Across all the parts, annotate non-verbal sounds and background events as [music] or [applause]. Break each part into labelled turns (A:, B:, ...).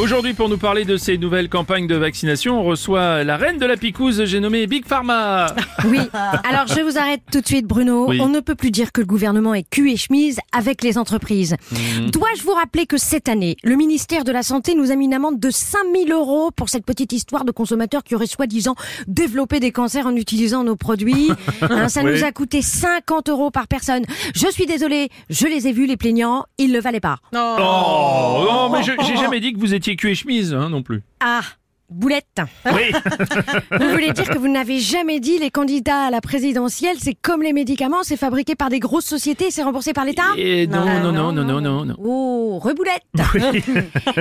A: Aujourd'hui, pour nous parler de ces nouvelles campagnes de vaccination, on reçoit la reine de la picouse, j'ai nommé Big Pharma.
B: Oui. Alors je vous arrête tout de suite, Bruno.
A: Oui.
B: On ne peut plus dire que le gouvernement est cul et chemise avec les entreprises.
A: Mhm.
B: Dois-je vous rappeler que cette année, le ministère de la Santé nous a mis une amende de 5000 euros pour cette petite histoire de consommateurs qui auraient soi-disant développé des cancers en utilisant nos
A: [laughs]
B: produits. Hein, ça
A: Oui.
B: nous a coûté 50 euros par personne. Je suis désolée, je les ai vus, les plaignants, ils ne le valaient pas.
A: Oh, non, mais je- j'ai jamais dit que vous étiez cul et chemise, hein, non plus.
B: Ah, boulette.
A: Oui.
B: [laughs] Vous voulez dire que vous n'avez jamais dit les candidats à la présidentielle, c'est comme les médicaments, c'est fabriqué par des grosses sociétés, c'est remboursé par l'État
A: Et non, non, non, non, non, non, non.
B: Oh, reboulette [laughs]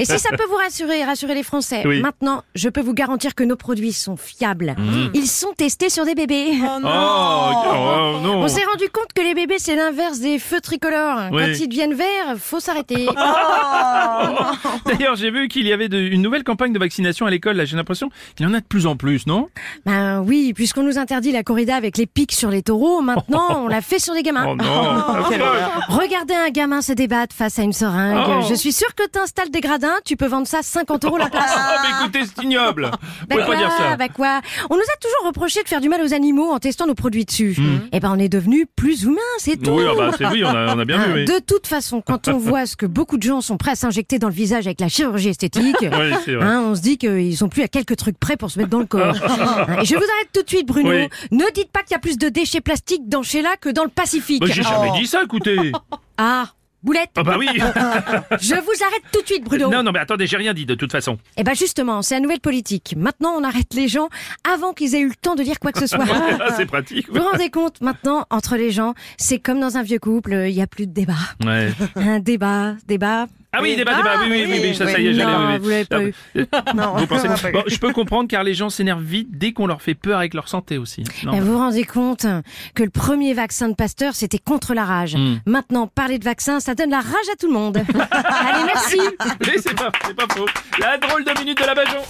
B: Et si ça peut vous rassurer, et rassurer les Français,
A: Oui.
B: maintenant, je peux vous garantir que nos produits sont fiables.
A: Mm.
B: Ils sont testés sur des bébés.
A: Oh, oh, non.
B: On s'est rendu compte que les bébés, c'est l'inverse des feux tricolores.
A: Oui. Ah.
B: Quand ils deviennent verts, faut
A: [laughs]
B: s'arrêter.
A: D'ailleurs, j'ai vu qu'il y avait de- une nouvelle campagne de vaccination à l'école. Là, j'ai l'impression qu'il y en a de plus en plus, non
B: Ben oui, puisqu'on nous interdit la corrida avec les pics sur les taureaux, maintenant, on la fait sur les gamins.
A: Oh non.
B: Regardez un gamin se débattre face à une seringue.
A: Oh.
B: Je suis sûre que t'installes des gradins, tu peux vendre ça
A: [laughs]
B: 50 euros la place.
A: Ah, mais écoutez, c'est ignoble. Vous pouvez pas dire ça.
B: bah quoi On nous a toujours reproché de faire du mal aux animaux en testant nos produits dessus. Eh ben on est devenu plus humains, c'est tout.
A: Hmm. Oui, ah bah, c'est oui, on a, on a bien
B: Hein,
A: vu. oui.
B: De toute façon,
A: [laughs]
B: quand on voit ce que beaucoup de gens sont prêts à s'injecter dans le visage avec la chirurgie esthétique,
A: [laughs] Oui, c'est vrai.
B: hein, on se dit qu'ils sont plus à quelques trucs près pour se mettre dans
A: [laughs]
B: le corps. Hein, Et je vous arrête tout de suite, Bruno.
A: Oui.
B: Ne dites pas qu'il y a plus de déchets plastiques dans Sheila que dans le Pacifique.
A: Bah, j'ai jamais dit ça, écoutez.
B: Ah, boulette,
A: Ah bah oui.
B: je vous arrête tout de suite, Bruno.
A: Non, non, mais attendez, j'ai rien dit de toute façon.
B: Eh ben justement, c'est la nouvelle politique. Maintenant, on arrête les gens avant qu'ils aient eu le temps de dire quoi que ce soit.
A: Ah, c'est pratique.
B: [laughs] Vous vous rendez compte maintenant entre les gens, c'est comme dans un vieux couple, il n'y a plus de débat.
A: [laughs] Ouais.
B: Un débat, débat.
A: Ah oui, débat, débat, oui, oui, oui, oui, ça, ça y est, je l'ai,
B: Non,
A: oui, oui.
B: vous l'avez pas eu.
A: Vous pensez- Bon, je peux comprendre car les gens s'énervent vite dès qu'on leur fait peur avec leur santé aussi. Non.
B: Ben, Vous vous rendez compte que le premier vaccin de Pasteur, c'était contre la rage.
A: Hmm.
B: Maintenant, parler de vaccin, ça donne la rage à tout
A: [laughs]
B: le monde. Allez, merci.
A: Mais c'est pas, c'est pas faux. La drôle de minute de la Bajon.